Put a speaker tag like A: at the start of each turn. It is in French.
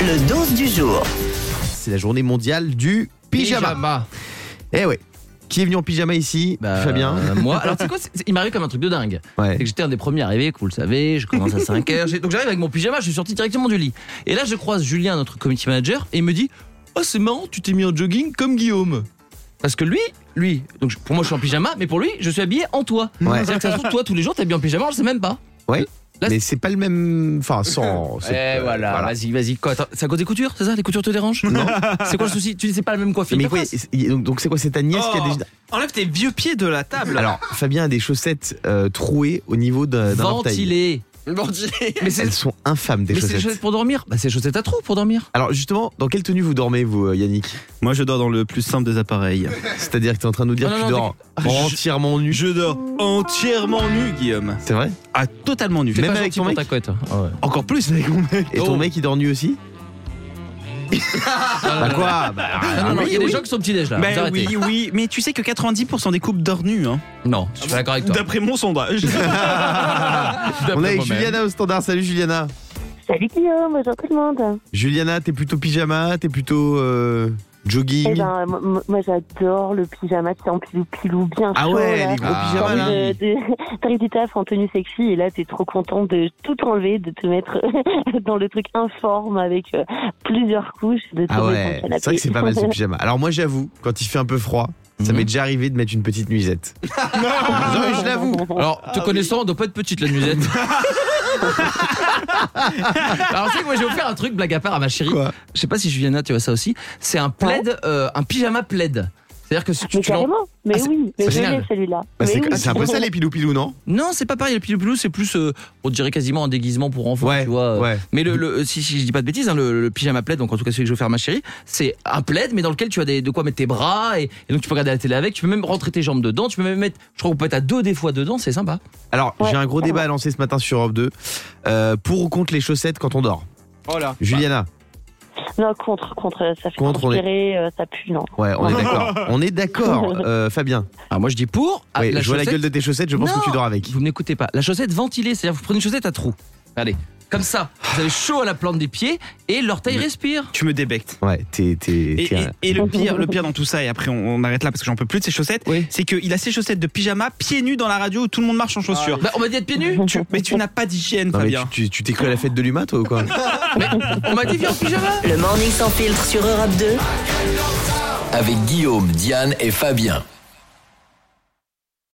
A: Le 12 du jour. C'est la journée mondiale du pyjama. Eh oui. Qui est venu en pyjama ici
B: Bah,
A: Fabien
B: euh, moi, alors tu sais quoi, c'est- c'est- il m'arrive comme un truc de dingue.
A: Ouais.
B: C'est que j'étais un des premiers arrivés, que vous le savez, je commence à 5 heures. j'ai- Donc j'arrive avec mon pyjama, je suis sorti directement du lit. Et là, je croise Julien, notre community manager, et il me dit Oh, c'est marrant, tu t'es mis en jogging comme Guillaume. Parce que lui, lui, donc je- pour moi je suis en pyjama, mais pour lui, je suis habillé en toi.
A: Ouais.
B: C'est-à-dire que ça se trouve, toi, tous les jours, t'habilles en pyjama, on le sait même pas. là,
A: Mais c'est pas le même. Enfin, sans.
B: Eh
A: c'est-
B: voilà,
A: euh,
B: vas-y, vas-y. Quoi, attends, c'est à cause des coutures, c'est ça Les coutures te dérangent Non. C'est quoi le souci Tu ne sais pas la même coiffure.
A: Mais
B: que ta
A: quoi,
B: face.
A: il- donc- donc c'est quoi cette Agnès qui a
C: Oh,
A: des.
C: Enlève tes vieux pieds de la table.
A: Alors, Fabien a des chaussettes euh, trouées au niveau d'un d'un orteil.
B: Ventilé. Mais c'est
A: Elles sont infâmes,
B: mais
A: des
B: c'est des
A: chaussettes.
B: chaussettes pour dormir Bah, c'est des chaussettes à trous pour dormir.
A: Alors, justement, dans quelle tenue vous dormez, vous, euh, Yannick
C: Moi, je dors dans le plus simple des appareils.
A: C'est-à-dire que t'es en train de nous dire
B: Ah,
A: que
B: non,
A: tu
B: non,
A: dors entièrement nu.
C: Je dors entièrement nu, Guillaume.
A: C'est vrai
C: Ah, totalement nu. Ah,
B: T'es
A: Même
B: pas
A: avec
B: gentil
A: ton
B: pour
A: mec Bah,
B: ta cote. Ah,
A: Encore plus avec mon mec. Et ton
B: Oh.
A: mec, il dort nu aussi Bah quoi Bah,
B: Non, non, non,
A: oui,
B: il y a des
A: oui. Bah,
B: gens qui sont petit-déj là. Vous
C: Mais
B: arrêtez.
C: oui, oui, mais tu sais que 90% des couples dorment nus, hein.
B: Non, je suis pas d'accord avec toi.
C: D'après mon sondage.
A: Bah, On est
B: D'après
A: avec
B: moi-même.
A: Juliana au standard. Salut Juliana.
D: Salut Guillaume, bonjour tout le monde.
A: Juliana, t'es plutôt pyjama, t'es plutôt euh, jogging.
D: Eh ben, euh, moi- moi j'adore le pyjama, c'est en pilou pilou bien
A: ah
D: chaud.
A: ouais,
D: là.
A: les gros
B: Ah.
D: T'as euh,
A: pyjamas
D: envie
A: là.
D: de- de- T'arrives du taf en tenue sexy et là t'es trop content de tout enlever, de te mettre dans le truc informe avec euh, plusieurs couches, de te
A: Ah
D: mettre dans le
A: ouais,
D: canapé.
A: c'est vrai que c'est pas mal ce pyjama. Alors moi j'avoue, quand il fait un peu froid, ça
B: Mhm.
A: m'est déjà arrivé de mettre une petite nuisette. Non, je l'avoue.
B: Alors,
A: Ah,
B: te connaissant, on doit pas être petite la nuisette. Bah, Alors, tu sais que moi j'ai offert un truc, blague à part, à ma chérie.
A: Quoi
B: Je sais pas si Juliana, tu vois ça aussi. C'est un plaid, euh, un pyjama plaid. C'est-à-dire que si tu,
D: Mais
B: tu l'en-
D: carrément, mais
B: Ah, c'est-
D: oui,
B: c'est
D: mais je
B: génial.
D: l'ai celui-là.
A: Bah,
D: Mais
A: c'est
D: oui.
A: c'est un peu ça les pilou pilou non
B: Non, c'est pas pareil. Le pilou pilou, c'est plus, euh, on dirait quasiment un déguisement pour enfants,
A: Ouais,
B: tu vois. euh,
A: ouais.
B: Mais le, le- si, si je dis pas de bêtises, hein, le, le pyjama plaid, donc en tout cas celui que je vais faire ma chérie, c'est un plaid, mais dans lequel tu as des, de quoi mettre tes bras et, et donc tu peux regarder la télé avec. Tu peux même rentrer tes jambes dedans. Tu peux même mettre, je crois qu'on peut être à deux des fois dedans. C'est sympa.
A: Alors
D: Ouais.
A: j'ai un gros débat à lancer ce matin sur Europe 2 euh, pour ou contre les chaussettes quand on dort.
C: Voilà.
A: Juliana,
D: Non, contre, contre, ça fait
A: Contre, on est-
D: transpirer, euh, ça pue, non.
A: ouais, on est d'accord. On est d'accord, euh, Fabien.
B: Alors moi je dis pour. ah,
A: Ouais,
B: la
A: je vois la
B: chaussette-
A: gueule de tes chaussettes, je pense
B: Non.
A: que tu dors avec.
B: Vous m'écoutez pas. La chaussette ventilée, c'est-à-dire vous prenez une chaussette à trous. Allez, comme ça, vous avez chaud à la plante des pieds et l'orteil respire.
C: Tu me débectes.
A: Ouais, t'es. t'es-
C: Et,
A: t'es un-
C: et- et le pire, le pire dans tout ça, et après on, on arrête là parce que j'en peux plus de ces chaussettes,
B: Oui.
C: c'est qu'il a ses chaussettes de pyjama pieds nus dans la radio où tout le monde marche en chaussures.
B: Bah, on m'a dit d'être pieds nus.
C: Tu- mais tu n'as pas d'hygiène,
A: Non mais
C: Fabien.
A: tu- tu tu t'es cru à la fête de l'humain toi ou quoi
B: On m'a dit viens en pyjama.
E: Le Morning sans filtre sur Europe 2.
F: avec Guillaume, Diane et Fabien.